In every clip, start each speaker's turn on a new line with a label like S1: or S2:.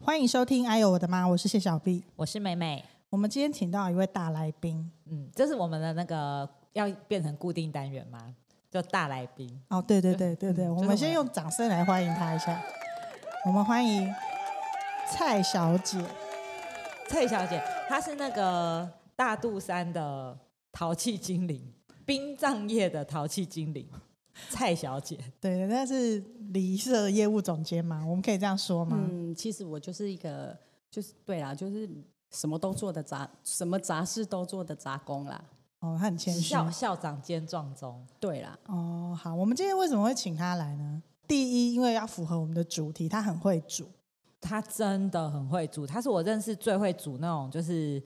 S1: 欢迎收听《哎呦我的妈》，我是谢小 B。
S2: 我是美美，
S1: 我们今天请到一位大来宾
S2: 嗯，这是我们的那个要变成固定单元吗？就大来宾，
S1: 哦，对对对对
S2: 嗯
S1: 对，我们先用掌声来欢迎他一下。我们欢迎蔡小姐，
S2: 蔡小姐，她是那个大肚山的淘气精灵，殡葬业的淘气精灵，蔡小姐。
S1: 对，那是礼仪社的业务总监嘛，我们可以这样说吗？
S3: 嗯，其实我就是一个，就是对啦，就是什么都做的杂，什么杂事都做的杂工啦。嗯
S1: 哦，她很谦虚。
S2: 校校长兼撞钟，
S3: 对啦，
S1: 哦，好，我们今天为什么会请她来呢？第一，因为要符合我们的主题，她很会煮。
S2: 她真的很会煮，她是我认识最会煮那种就是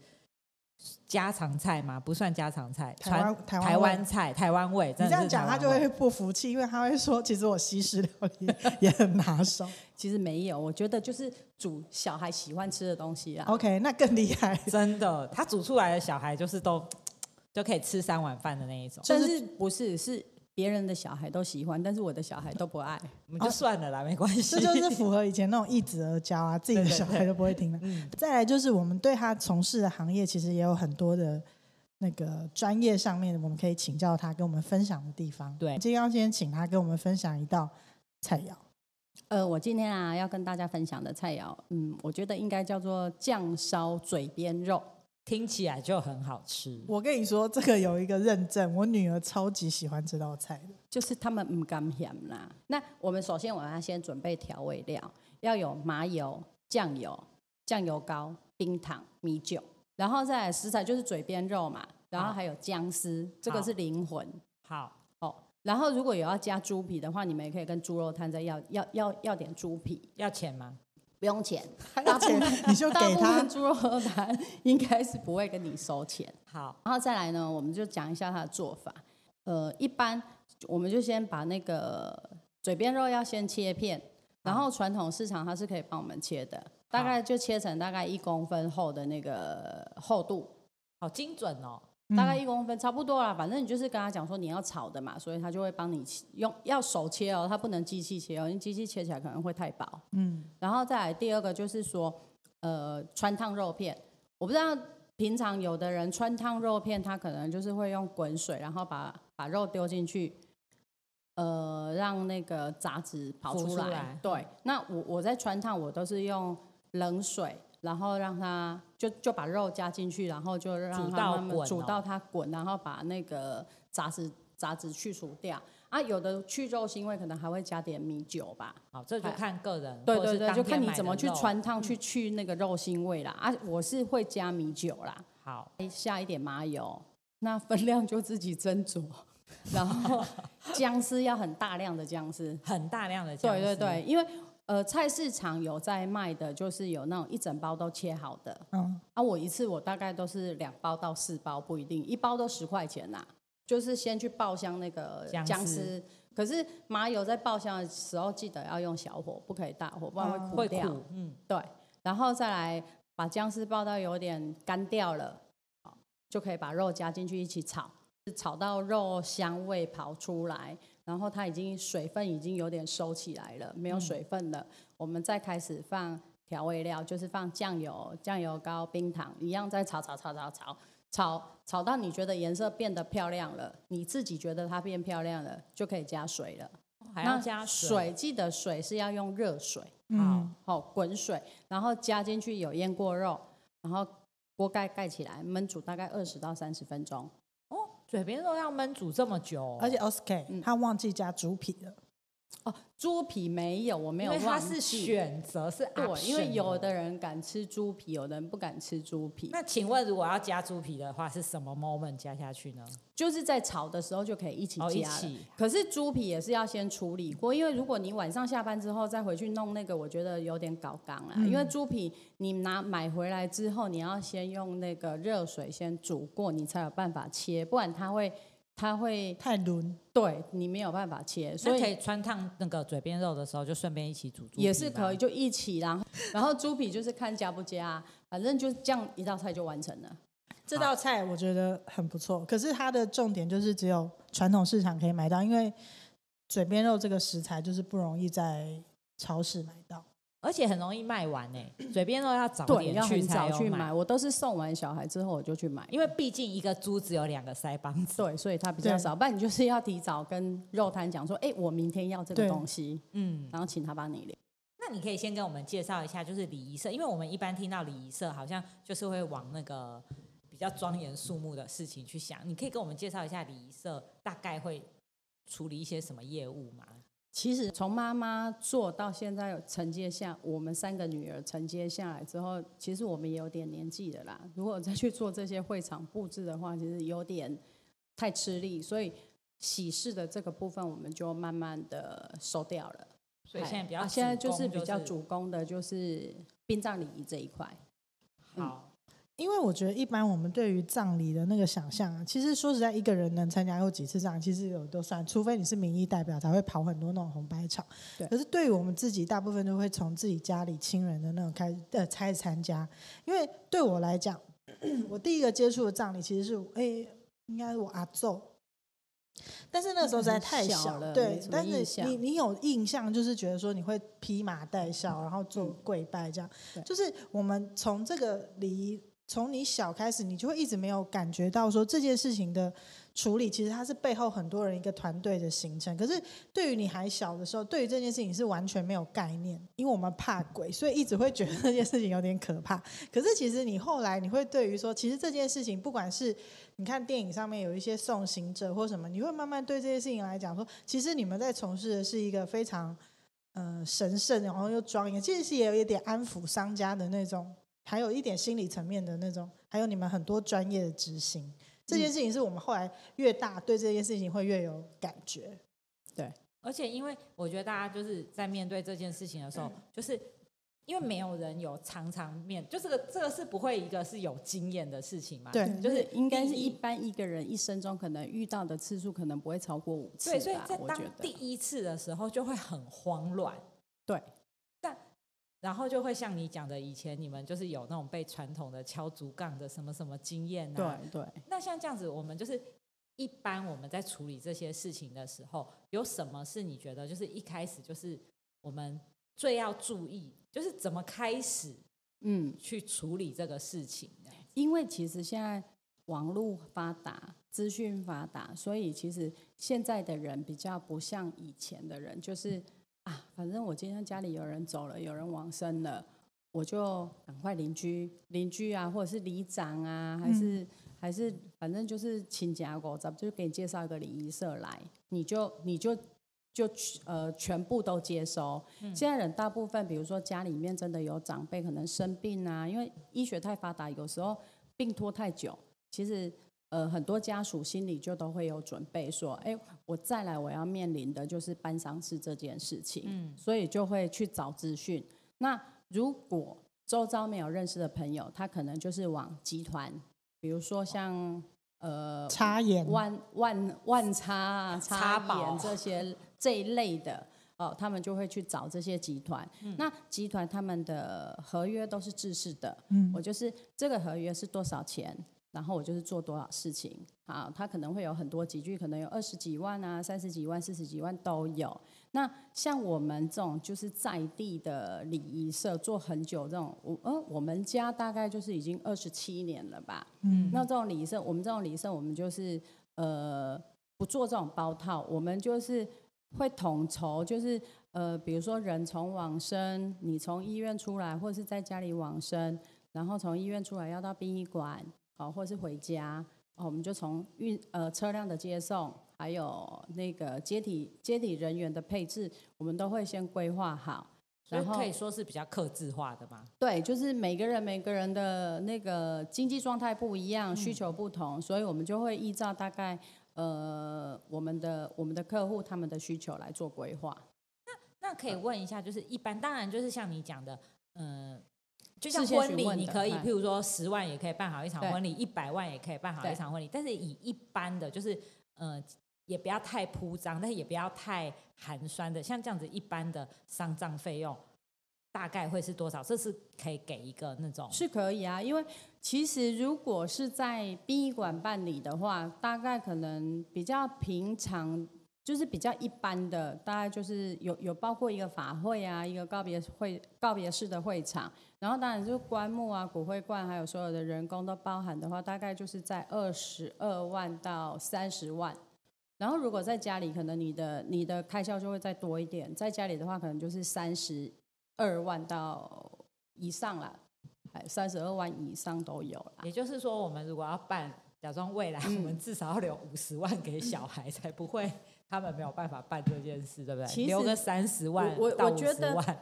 S2: 家常菜嘛，不算家常菜，
S1: 台湾
S2: 传
S1: 台湾味
S2: 台湾菜，台湾味。
S1: 你
S2: 真
S1: 这
S2: 的
S1: 样
S2: 是
S1: 讲，
S2: 台湾
S1: 她就
S2: 味
S1: 会不服气，因为她会说，其实我西式料理也很拿 手。
S3: 其实没有，我觉得就是煮小孩喜欢吃的东西啦。
S1: OK，那更厉害。
S2: 真的，他煮出来的小孩就是都就可以吃三碗饭的那一种，
S3: 但是不是是别人的小孩都喜欢，但是我的小孩都不爱。
S2: 我们就算了啦，没关系
S1: 这。就是符合以前那种一子而教啊，自己的小孩都不会听的。
S3: 嗯
S1: 再来就是我们对他从事的行业，其实也有很多的那个专业上面，我们可以请教他，跟我们分享的地方。
S2: 对
S1: 今天要先请他跟我们分享一道菜肴，
S3: 呃，我今天啊要跟大家分享的菜肴，嗯，我觉得应该叫做酱烧嘴边肉。
S2: 听起来就很好吃，
S1: 我跟你说，这个有一个认证，我女儿超级喜欢这道菜的。
S3: 就是他们唔敢嫌啦。那我们首先我们要先准备调味料，要有麻油、酱油、酱油膏、冰糖、米酒，然后再来食材就是嘴边肉嘛，然后还有姜丝，这个是灵魂
S2: 好
S3: 哦。然后如果有要加猪皮的话，你们也可以跟猪肉摊再要要要要点猪皮，
S2: 要钱吗？
S3: 不用钱。
S1: 而且 你就
S3: 大
S1: 给
S3: 部
S1: 他
S3: 分猪肉摊应该是不会跟你收钱。
S2: 好，
S3: 然后再来呢，我们就讲一下它的做法。呃，一般我们就先把那个嘴边肉要先切片，然后传统市场它是可以帮我们切的，大概就切成大概一公分厚的那个厚度，
S2: 好精准哦。
S1: 嗯
S3: 大概一公分差不多啦。反正你就是跟他讲说你要炒的嘛，所以他就会帮你切用要手切哦，他不能机器切哦，因为机器切起来可能会太薄。
S1: 嗯，
S3: 然后再来第二个就是说，呃，穿烫肉片，我不知道平常有的人穿烫肉片，他可能就是会用滚水，然后把把肉丢进去，呃，让那个杂质跑
S2: 浮
S3: 出
S2: 出
S3: 来。
S2: 来
S3: 对，那我我在穿烫，我都是用冷水。然后让它就就把肉加进去，然后就让
S2: 煮
S3: 它
S2: 到
S3: 慢慢
S2: 滚
S3: 煮
S2: 哦
S3: 到它滚，然后把那个杂质杂质去除掉。啊，有的去肉腥味可能还会加点米酒吧。
S2: 好，这就
S3: 哎
S2: 看个人，
S3: 对
S2: 或者
S3: 对
S2: 是
S3: 对，
S2: 当
S3: 就
S2: 天
S3: 看你
S2: 买
S3: 怎么
S2: 的
S3: 去
S2: 肉。嗯
S3: 穿烫去去那个肉腥味啦。啊，我是会加米酒啦，
S2: 好，
S3: 下一点麻油，那分量就自己斟酌。然 后姜丝要很大量的姜丝，
S2: 很大量的酱
S3: 对
S2: 汁，
S3: 对对，因为呃菜市场有在卖的，就是有那种一整包都切好的。
S1: 嗯，
S3: 啊，我一次我大概都是两包到四包，不一定，一包都十块钱呐、就是先去爆香那个
S2: 姜丝
S3: 姜丝，可是麻油在爆香的时候记得要用小火，不可以大火，不然
S1: 哦
S3: 会
S2: 会
S3: 苦掉。
S2: 苦，嗯，
S3: 对，然后再来把姜丝爆到有点干掉了，好就可以把肉加进去一起炒，炒到肉香味跑出来，然后它已经水分已经有点收起来了，没有
S2: 嗯
S3: 水分了，我们再开始放调味料，就是放酱油、酱油膏、冰糖，一样再炒炒炒炒炒。炒炒到你觉得颜色变得漂亮了，你自己觉得它变漂亮了，就可以加水了。
S2: 还要
S3: 那
S2: 加水，
S3: 水，记得水是要用热水。
S2: 好
S1: 嗯，
S3: 好滚水，然后加进去有腌过肉，然后锅盖盖起来焖煮大概二十到三十分钟。
S2: 哦，嘴边肉要焖煮这么久哦，
S1: 而且 Oscar
S3: 嗯
S1: 他忘记加猪皮了，
S3: 哦，猪皮没有，我没
S2: 因
S3: 有
S2: 为它
S3: 忘
S2: 是
S3: 记
S2: 选择是 o
S3: 对，因为有的人敢吃猪皮，有的人不敢吃猪皮，
S2: 那请问，如果要加猪皮的话，是什么 moment 加下去呢？
S3: 就是在炒的时候就可以一起加
S2: 哦，
S3: 了。
S2: 一起
S3: 可是猪皮也是要先处理过，因为如果你晚上下班之后再回去弄那个，我觉得有点搞纲啦。
S2: 嗯
S3: 因为猪皮你拿买回来之后，你要先用那个热水先煮过，你才有办法切，不然它会它会
S1: 太轮
S3: 对你没有办法切，所
S2: 那可
S3: 以
S2: 以穿烫那个嘴边肉的时候，就顺便一起煮猪
S3: 也是可
S2: 以
S3: 以就一起啦。然后 然后猪皮就是看加不加，反正就这样一道菜就完成了。
S1: 这道菜我觉得很不错，可是它的重点就是只有传统市场可以买到，因为嘴边肉这个食材就是不容易在超市买到。
S2: 而且很容易卖完 诶、嘴边肉要早
S3: 对，
S2: 点
S3: 要很
S2: 去才
S3: 早
S2: 有
S3: 去
S2: 买
S3: 买。，我都是送完小孩之后我就去买，
S2: 因为毕竟一个猪只有两个腮帮子。
S3: 对，所以它比较
S1: 对
S3: 少。不然你就是要提早跟肉摊讲说，哎、我明天要这个
S1: 对
S3: 东西，
S2: 嗯，
S3: 然后请他帮你量。
S2: 那你可以先跟我们介绍一下，就是礼仪社，因为我们一般听到礼仪社好像就是会往那个比较庄严肃穆的事情去想。你可以跟我们介绍一下礼仪社大概会处理一些什么业务吗？
S3: 其实从妈妈做到现在承接下，我们三个女儿承接下来之后，其实我们也有点年纪的啦。如果再去做这些会场布置的话，其实有点太吃力，所以喜事的这个部分我们就慢慢的收掉了。
S2: 所以现在比较主
S3: 啊
S2: 攻、
S3: 现在就是是比较主攻的就是殡葬礼仪这一块。
S2: 好。
S3: 嗯
S1: 因为我觉得一般我们对于葬礼的那个想象啊，其实说实在，一个人能参加过几次葬礼，其实有都算，除非你是民意代表，才会跑很多那种红白场。
S3: 对
S1: 可是对于我们自己，大部分都会从自己家里亲人的那种开始呃开始参加，因为对我来讲， 我第一个接触的葬礼其实是诶，应该是我阿昼。但是那个时候实在太
S3: 很小了嗯没
S1: 对
S3: 什么，
S1: 但
S3: 印
S1: 是
S3: 象
S1: 你你有印象，就是觉得说你会披麻戴孝，然后做跪拜这样，
S3: 对
S1: 就是我们从这个礼仪，从你小开始，你就会一直没有感觉到说这件事情的处理，其实它是背后很多人一个团队的形成。可是对于你还小的时候，对于这件事情是完全没有概念，因为我们怕鬼，所以一直会觉得 这件事情有点可怕。可是其实你后来你会对于说，其实这件事情不管是你看电影上面有一些送行者或什么，你会慢慢对这些事情来讲说，其实你们在从事的是一个非常呃神圣，然后又庄严，其实是也有一点安抚商家的那种，还有一点心理层面的那种，还有你们很多专业的执行。这件事情是我们后来越大对这件事情会越有感觉，
S2: 而且，因为我觉得大家就是在面对这件事情的时候，就是因为没有人有常常面，就这个这个是不会一个是有经验的事情嘛。
S1: 对
S2: 就是
S3: 应该是
S2: 第
S3: 一般一个人一生中可能遇到的次数可能不会超过五次吧，
S2: 对，所以在
S3: 我
S2: 当
S3: 觉
S2: 第
S3: 得
S2: 一次的时候就会很慌乱，
S3: 对，
S2: 但然后就会像你讲的，以前你们就是有那种被传统的敲竹杠的什么什么经验啊，
S3: 对对。
S2: 那像这样子，我们就是一般我们在处理这些事情的时候，有什么是你觉得就是一开始就是我们最要注意，就是怎么开始
S3: 嗯，
S2: 去处理这个事情这样子
S3: 因为其实现在网络发达，资讯发达，所以其实现在的人比较不像以前的人，就是啊，反正我今天家里有人走了，有人往生了，我就赶快邻居邻居啊，或者是里长啊，还是、还是反正就是亲家狗，咱们就给你介绍一个礼仪社来，你就你就。就呃全部都接收。现在人大部分，比如说家里面真的有长辈可能生病啊，因为医学太发达，有时候病拖太久，其实呃很多家属心里就都会有准备，说，哎，我再来我要面临的就是办丧事这件事情，嗯，所以就会去找资讯。那如果周遭没有认识的朋友，他可能就是往集团，比如说像呃
S1: 插眼
S3: 万万万差啊、
S2: 插
S3: 差
S2: 宝
S3: 眼这些这一类的哦，他们就会去找这些集团。那集团他们的合约都是制式的，
S1: 嗯
S3: 我就是这个合约是多少钱，然后我就是做多少事情。好，他可能会有很多集聚，可能有二十几万啊、三十几万、四十几万都有。那像我们这种就是在地的礼仪社做很久这种，我呃我们家大概就是已经二十七年了吧。嗯，那这种礼仪社，我们这种礼仪社，我们就是呃不做这种包套，我们就是会统筹，就是呃比如说人从往生，你从医院出来，或者是在家里往生，然后从医院出来要到殡仪馆，哦，或是回家，哦，我们就从运呃车辆的接送，还有那个接体接体人员的配置，我们都会先规划好。
S2: 所以
S3: 然后
S2: 可以说是比较克制化的嘛。
S3: 对，就是每个人每个人的那个经济状态不一样，需求不同，所以我们就会依照大概呃我们的我们的客户他们的需求来做规划。
S2: 那可以
S3: 嗯
S2: 问一下，就是一般当然就是像你讲的，嗯、就像
S3: 事先
S2: 婚
S3: 询
S2: 礼，
S3: 问
S2: 你
S3: 的
S2: 可以
S3: 哎
S2: 譬如说十万也可以办好一场
S3: 对
S2: 婚礼，一百万也可以办好一
S3: 对
S2: 场婚礼，但是以一般的就是呃。也不要太铺张，但是也不要太寒酸的，像这样子一般的丧葬费用大概会是多少？这是可以给一个那种
S3: 是可以啊，因为其实如果是在殡仪馆办理的话，大概可能比较平常就是比较一般的，大概就是有有包括一个法会啊，一个告别会告别式的会场，然后当然就是棺木啊、骨灰罐，还有所有的人工都包含的话，大概就是在二十二万到三十万。然后如果在家里，可能你的你的开销就会再多一点，在家里的话，可能就是三十二万到以上啦，还三十二万以上都有啦。
S2: 也就是说，我们如果要办，假装未来
S3: 嗯
S2: 我们至少要留五十万给小孩，才不会他们没有办法办这件事，对不对？
S3: 其实
S2: 留个三十万
S3: 我我
S2: 到
S3: 我觉得
S2: 50万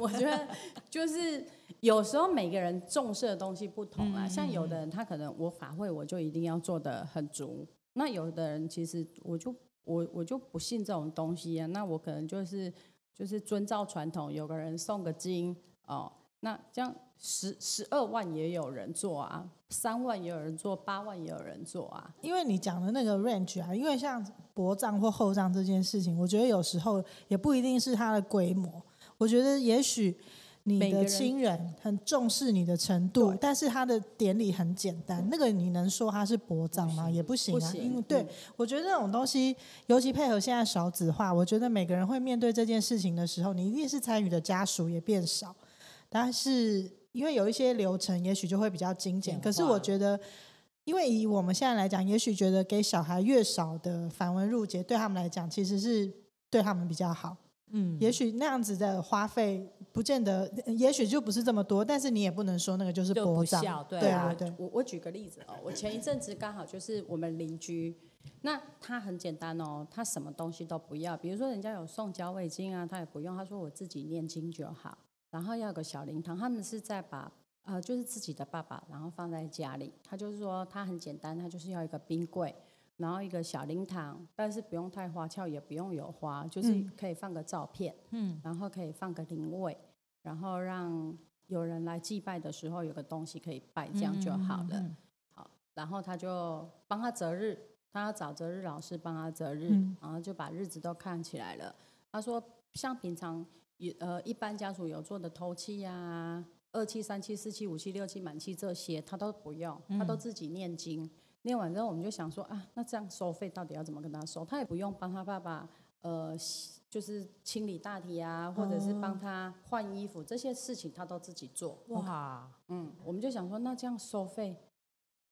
S3: 我觉得就是有时候每个人重视的东西不同啊，像有的人他可能我法会我就一定要做的很足，那有的人其实我就我我就不信这种东西啊，那我可能就是就是遵照传统，有个人诵个经哦，那这样十十二万也有人做啊，三万也有人做，八万也有人做啊，
S1: 因为你讲的那个 range 啊，因为像薄胀或厚胀这件事情，我觉得有时候也不一定是它的规模。我觉得也许你
S3: 每个
S1: 的
S3: 人
S1: 亲人很重视你的程度，但是他的典礼很简单，那个你能说他是薄胀吗？也不行啊，
S3: 不行
S1: 因为对、
S3: 嗯
S1: 我觉得那种东西，尤其配合现在少子化，我觉得每个人会面对这件事情的时候，你一定是参与的家属也变少，但是因为有一些流程，也许就会比较精简。
S2: 简
S1: 可是
S2: 化
S1: 我觉得，因为以我们现在来讲，也许觉得给小孩越少的繁文缛节，对他们来讲其实是对他们比较好。
S2: 嗯，
S1: 也许那样子的花费，不见得，也许就不是这么多，但是你也不能说那个就是
S2: 就不
S1: 薄胀。
S2: 孝，对
S1: 对
S2: 啊
S1: 啊，对
S3: 我我举个例子哦，我前一阵子刚好就是我们邻居，那他很简单哦，他什么东西都不要，比如说人家有送脚尾巾啊，他也不用，他说我自己念经就好，然后要有个小灵堂，他们是在把呃就是自己的爸爸，然后放在家里，他就是说他很简单，他就是要一个冰柜。然后一个小灵堂，但是不用太花俏，也不用有花，就是
S1: 嗯
S3: 可以放个照片，
S2: 嗯，
S3: 然后可以放个灵位，然后让有人来祭拜的时候有个东西可以拜，这样就好了。
S2: 嗯
S3: 好，然后他就帮他择日，他要找择日老师帮他择日，
S1: 嗯
S3: 然后就把日子都看起来了。他说，像平常也呃一般家属有做的头七呀、二七、三七、四七、五七、六七、满七这些，他都不用，他都自己念经。念完之后，我们就想说啊，那这样收费到底要怎么跟他收？他也不用帮他爸爸呃，洗就是清理大体啊，或者是帮他换衣服、这些事情，他都自己做。
S2: 哇，
S3: 嗯，我们就想说，那这样收费，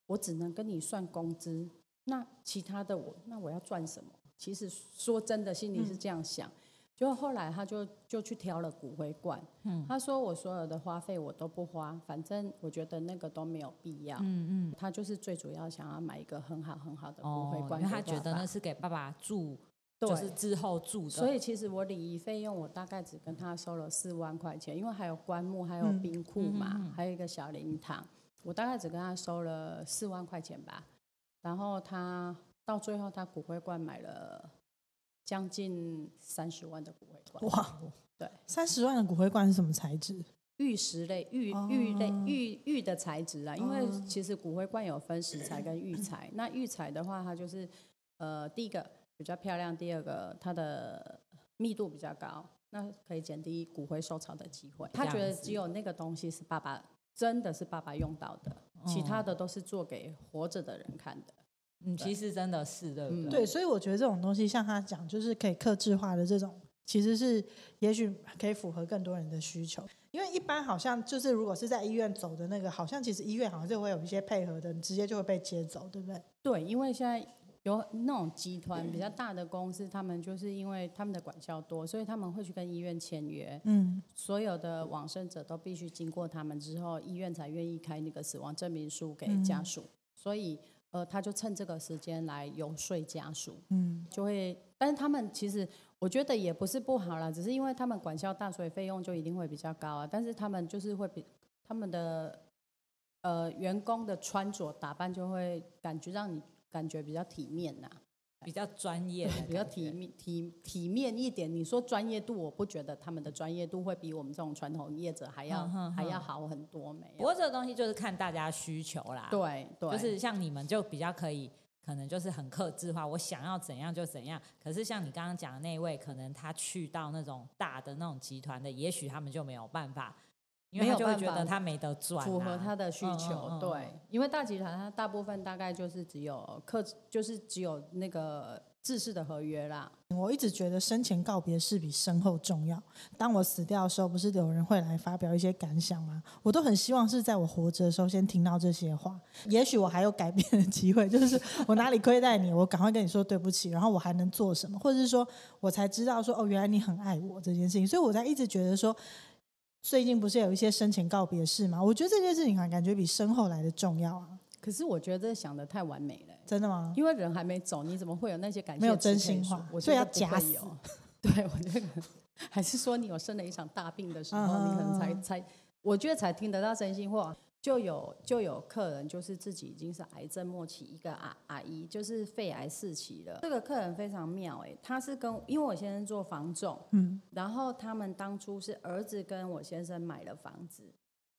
S3: 我只能跟你算工资，那其他的我那我要赚什么？其实说真的，心
S2: 嗯
S3: 里是这样想。结果后来他就就去挑了骨灰罐，嗯，他说我所有的花费我都不花，反正我觉得那个都没有必要，嗯嗯，他就是最主要想要买一个很好很好的骨灰
S2: 哦，因
S3: 罐
S2: 为
S3: 给
S2: 他
S3: 爸爸，
S2: 觉得那是给爸爸住，
S3: 对
S2: 就是之后住的，
S3: 所以其实我礼仪费用我大概只跟他收了四万块钱，因为还有棺木，还有
S1: 嗯
S3: 冰库嘛，还有一个小灵堂，我大概只跟他收了四万块钱吧。然后他到最后，他骨灰罐买了将近三十万的骨灰罐，
S1: 哇，
S3: 对，
S1: 三十万的骨灰罐是什么材质？
S3: 玉石类、玉玉类、玉玉的材质啊，因为其实骨灰罐有分石材跟玉材。那玉材的话，它就是呃，第一个比较漂亮，第二个它的密度比较高，那可以减低骨灰收藏的机会。他觉
S2: 这
S3: 得
S2: 样子
S3: 只有那个东西是爸爸真的是爸爸用到的，
S2: 哦
S3: 其他的都是做给活着的人看的。
S2: 嗯，其实真的是对不
S3: 嗯
S1: 对，所以我觉得这种东西，像他讲，就是可以克制化的这种，其实是也许可以符合更多人的需求。因为一般好像就是如果是在医院走的那个，好像其实医院好像就会有一些配合的，你直接就会被接走，对不对？
S3: 对，因为现在有那种集团比较大的公司，他们就是因为他们的管销多，所以他们会去跟医院签约。
S1: 嗯，
S3: 所有的往生者都必须经过他们之后，医院才愿意开那个死亡证明书给家属。所以，呃，他就趁这个时间来游说家属，
S1: 嗯，
S3: 就会。但是他们其实我觉得也不是不好啦，只是因为他们管销大，所以费用就一定会比较高啊。但是他们就是会比他们的呃员工的穿着打扮就会感觉让你感觉比较体面呐、
S2: 比较专业的感觉，
S3: 比较体面体体面一点。你说专业度，我不觉得他们的专业度会比我们这种传统业者还要、
S2: 嗯哼哼
S3: 还要好很多，没
S2: 不
S3: 有？
S2: 过这个东西就是看大家需求啦，
S3: 对对，
S2: 就是像你们就比较可以，可能就是很克制化，我想要怎样就怎样。可是像你刚刚讲的那一位，可能他去到那种大的那种集团的，也许他们就没有办法，因为
S3: 没
S2: 他
S3: 有
S2: 就会
S3: 办
S2: 觉得
S3: 法
S2: 他没得赚、啊，
S3: 符合他的需
S2: 嗯嗯
S3: 求。
S2: 嗯嗯
S3: 对，因为大集团它大部分大概就是只有客，就是只有那个制式的合约啦。
S1: 我一直觉得生前告别式比身后重要。当我死掉的时候，不是有人会来发表一些感想吗？我都很希望是在我活着的时候先听到这些话。也许我还有改变的机会，就是我哪里亏待你，我赶快跟你说对不起，然后我还能做什么，或者是说我才知道说哦，原来你很爱我这件事情。所以我才一直觉得说，最近不是有一些生前告别式吗？我觉得这件事情啊，感觉比身后来的重要啊。
S3: 可是我觉得想的太完美了欸、
S1: 真的吗？
S3: 因为人还没走，你怎么会有那些感谢？
S1: 嗯没有真心话
S3: 我
S1: 所以
S3: 觉得
S1: 要
S3: 不
S1: 假
S3: 会
S1: 死
S3: 有。 对我觉得，还是说你有生了一场大病的时候，你可能才
S1: 嗯
S3: 才，我觉得才听得到真心话。就有就有客人就是自己已经是癌症末期，一个阿阿姨就是肺癌四期了。这个客人非常妙哎、他是跟因为我先生做房仲，
S1: 嗯，
S3: 然后他们当初是儿子跟我先生买了房子，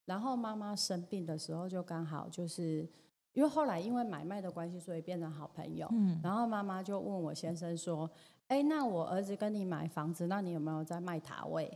S3: 然后妈妈生病的时候就刚好就是因为后来因为买卖的关系，所以变成好朋友。
S2: 嗯，
S3: 然后妈妈就问我先生说：“哎，那我儿子跟你买房子，那你有没有在卖塔位？”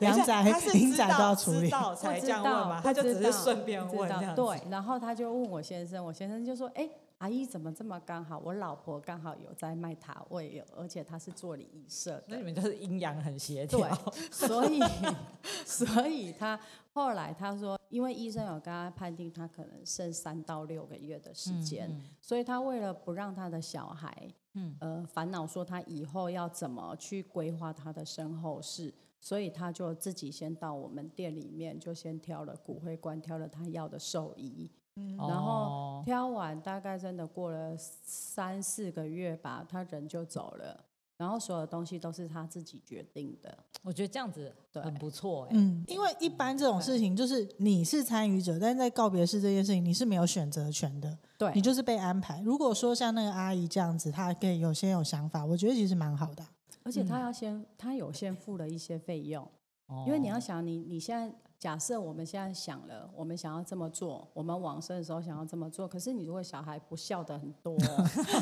S1: 阳宅
S2: 他、是
S1: 阴
S2: 知
S1: 宅都
S2: 道
S1: 要处
S2: 知
S1: 理。
S2: 道
S3: 不
S2: 才
S3: 知
S2: 这样问
S3: 道
S2: 嘛，
S3: 不
S2: 他就
S3: 知
S2: 只是
S3: 道
S2: 顺便
S3: 不知
S2: 问
S3: 道
S2: 这样子
S3: 对，然后他就问我先生，我先生就说：“哎、阿姨怎么这么刚好？我老婆刚好有在卖塔位，有而且她是做礼仪社
S2: 那你
S3: 的。
S2: 们就是阴阳很协”
S3: 对
S2: 调，，
S3: 所以 所以他后来他说，因为医生有跟他判定他可能剩三到六个月的时间，
S2: 嗯
S3: 所以他为了不让他的小孩，
S2: 嗯
S3: 呃，烦恼说他以后要怎么去规划他的身后事，所以他就自己先到我们店里面就先挑了骨灰棺，挑了他要的寿衣，
S1: 嗯
S2: 嗯
S3: 然后
S2: 哦
S3: 挑完大概真的过了三四个月吧，他人就走了，然后所有东西都是他自己决定的，
S2: 我觉得这样子
S3: 对
S2: 很不错哎、
S1: 嗯，因为一般这种事情就是你是参与者，但是在告别式这件事情你是没有选择权的，
S3: 对
S1: 你，就是被安排。如果说像那个阿姨这样子，她可以有先有想法，我觉得其实蛮好的啊、，
S3: 而且他要先他有先付了一些费用。
S2: 嗯哦
S3: 因为你要想你，你现在假设我们现在想了，我们想要这么做，我们往生的时候想要这么做，可是你如果小孩不孝的很 多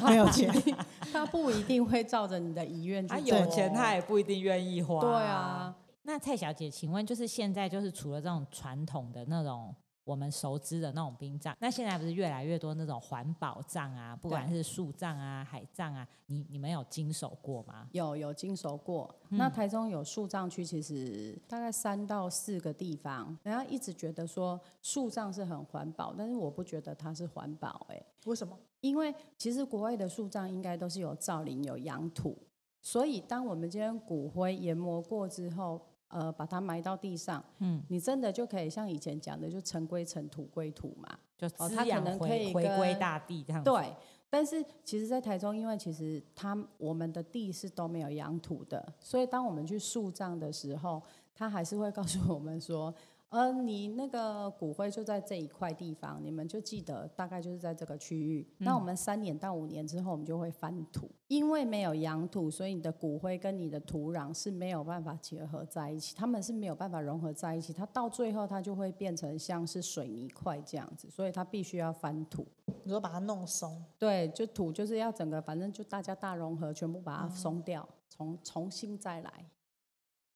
S1: 没有钱
S3: 他不一定，他不一定会照着你的遗愿去
S2: 他
S3: 做。
S2: 有钱，他也不一定愿意花。
S3: 对啊，，
S2: 那蔡小姐，请问就是现在就是除了这种传统的那种我们熟知的那种殡葬，那现在不是越来越多那种环保葬啊，不管是树葬啊、海葬啊，你你们有经手过吗？
S3: 有有经手过。
S2: 嗯
S3: 那台中有树葬区，其实大概三到四个地方，人家一直觉得说树葬是很环保，但是我不觉得它是环保、欸，
S1: 为什么？
S3: 因为其实国外的树葬应该都是有造林、有养土，所以当我们今天骨灰研磨过之后，呃，把它埋到地上，
S2: 嗯，
S3: 你真的就可以像以前讲的，就尘归尘，土归土嘛。
S2: 就
S3: 哦
S2: 滋
S3: 它可
S2: 养
S3: 能可
S2: 回
S3: 以
S2: 回归
S3: 跟
S2: 大地这样子。
S3: 对，但是其实，在台中，因为其实它我们的地是都没有养土的，所以当我们去树葬的时候，他还是会告诉我们说。 呃，你那个骨灰就在这一块地方，你们就记得大概就是在这个区域。那我们三年到五年之后，我们就会翻土，因为没有养土，所以你的骨灰跟你的土壤是没有办法结合在一起，它们是没有办法融合在一起。它到最后，它就会变成像是水泥块这样子，所以它必须要翻土。
S1: 你说把它弄松，
S3: 对，就土就是要整个，反正就大家大融合，全部把
S2: 哦
S3: 它松掉，重重新再来。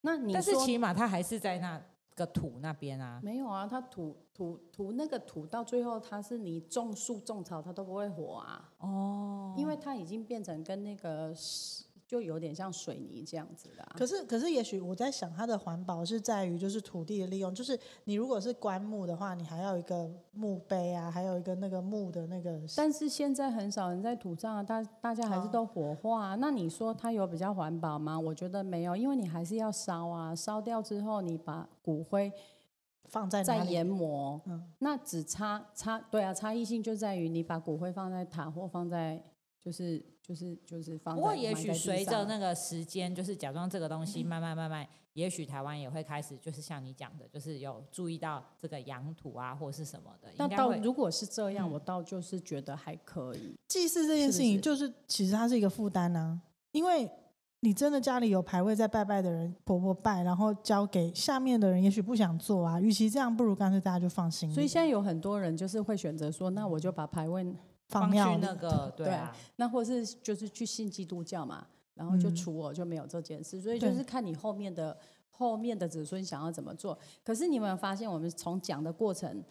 S3: 那你
S2: 但是
S3: 说
S2: 起码它还是在那个土那边啊。
S3: 没有啊？它土土土那个土到最后，它是你种树种草，它都不会活啊，
S2: 哦，
S3: 因为它已经变成跟那个是就有点像水泥这样子啊啦、
S1: 可是可是也许我在想，它的环保是在于就是土地的利用，就是你如果是棺木的话，你还要一个墓碑啊，还有一个那个木的那个，
S3: 但是现在很少人在土葬啊，大大家还
S2: 哦
S3: 是都火化、啊。那你说它有比较环保吗？我觉得没有，因为你还是要烧啊，烧掉之后你把骨灰
S1: 放在
S3: 在
S1: 哪里？
S3: 研磨，
S1: 嗯
S3: 那只差差对啊，差异性就在于你把骨灰放在塔或放在就是就是就是放在
S2: 不过也
S3: 埋在
S2: 许
S3: 地
S2: 随着
S3: 上嗯
S2: 那个时间，就是假装这个东西慢慢慢慢，也许台湾也会开始，就是像你讲的，就是有注意到这个养土啊，或是什么的，
S3: 那
S2: 应该
S3: 倒
S2: 会。嗯
S3: 如果是这样，我倒就是觉得还可以。
S1: 祭祀这件事情，
S3: 是
S1: 就是其实它是一个负担啊，因为你真的家里有牌位在拜拜的人，婆婆拜，然后交给下面的人，也许不想做啊。与其这样，不如干脆大家就放心
S2: 嗯
S1: 里，
S3: 所以现在有很多人就是会选择说，那我就把牌位，
S1: 放
S2: 去
S1: 尿里
S2: 那个对啊，
S3: 那或是就是去信基督教嘛，然后就
S1: 嗯
S3: 除我就没有这件事。所以
S1: 对
S3: 就是看你后面的后面的子孙想要怎么做。可是你有没有发现，我们从讲的过程，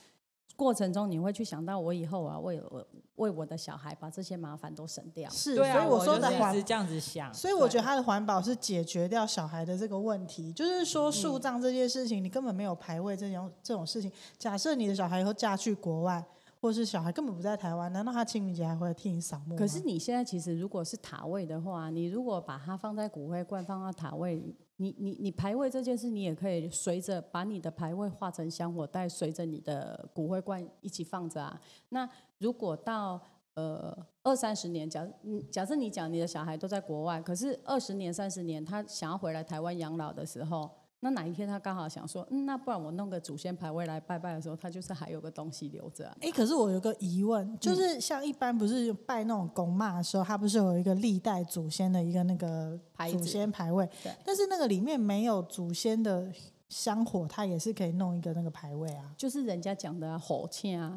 S3: 过程中你会去想到，我以后啊，为我为我的小孩把这些麻烦都省掉。
S1: 是，
S2: 对啊，
S1: 所以我说
S2: 就
S1: 的
S2: 是一
S1: 环
S2: 直这样子想，
S1: 所以我觉得它的环保是解决掉小孩的这个问题，就是说树葬这件事情，你根本没有排位这种这种事情。假设你的小孩以后嫁去国外，或是小孩根本不在台湾，难道他清明节还会替你扫墓吗？
S3: 可是你现在其实如果是塔位的话，你如果把它放在骨灰罐，放到塔位，你你你排位这件事，你也可以随着把你的排位化成香火袋，随着你的骨灰罐一起放着啊。那如果到呃二三十年，假嗯假设你讲你的小孩都在国外，可是二十年、三十年他想要回来台湾养老的时候。那哪一天他刚好想说，嗯，那不然我弄个祖先牌位来拜拜的时候，他就是还有个东西留着啊、
S1: 哎、可是我有个疑问，
S3: 嗯
S1: 就是像一般不是拜那种公妈的时候，它不是有一个历代祖先的一个那个
S3: 牌子
S1: 祖先牌位
S3: 对，
S1: 但是那个里面没有祖先的香火，它也是可以弄一个那个牌位啊。
S3: 就是人家讲的啊火气啊，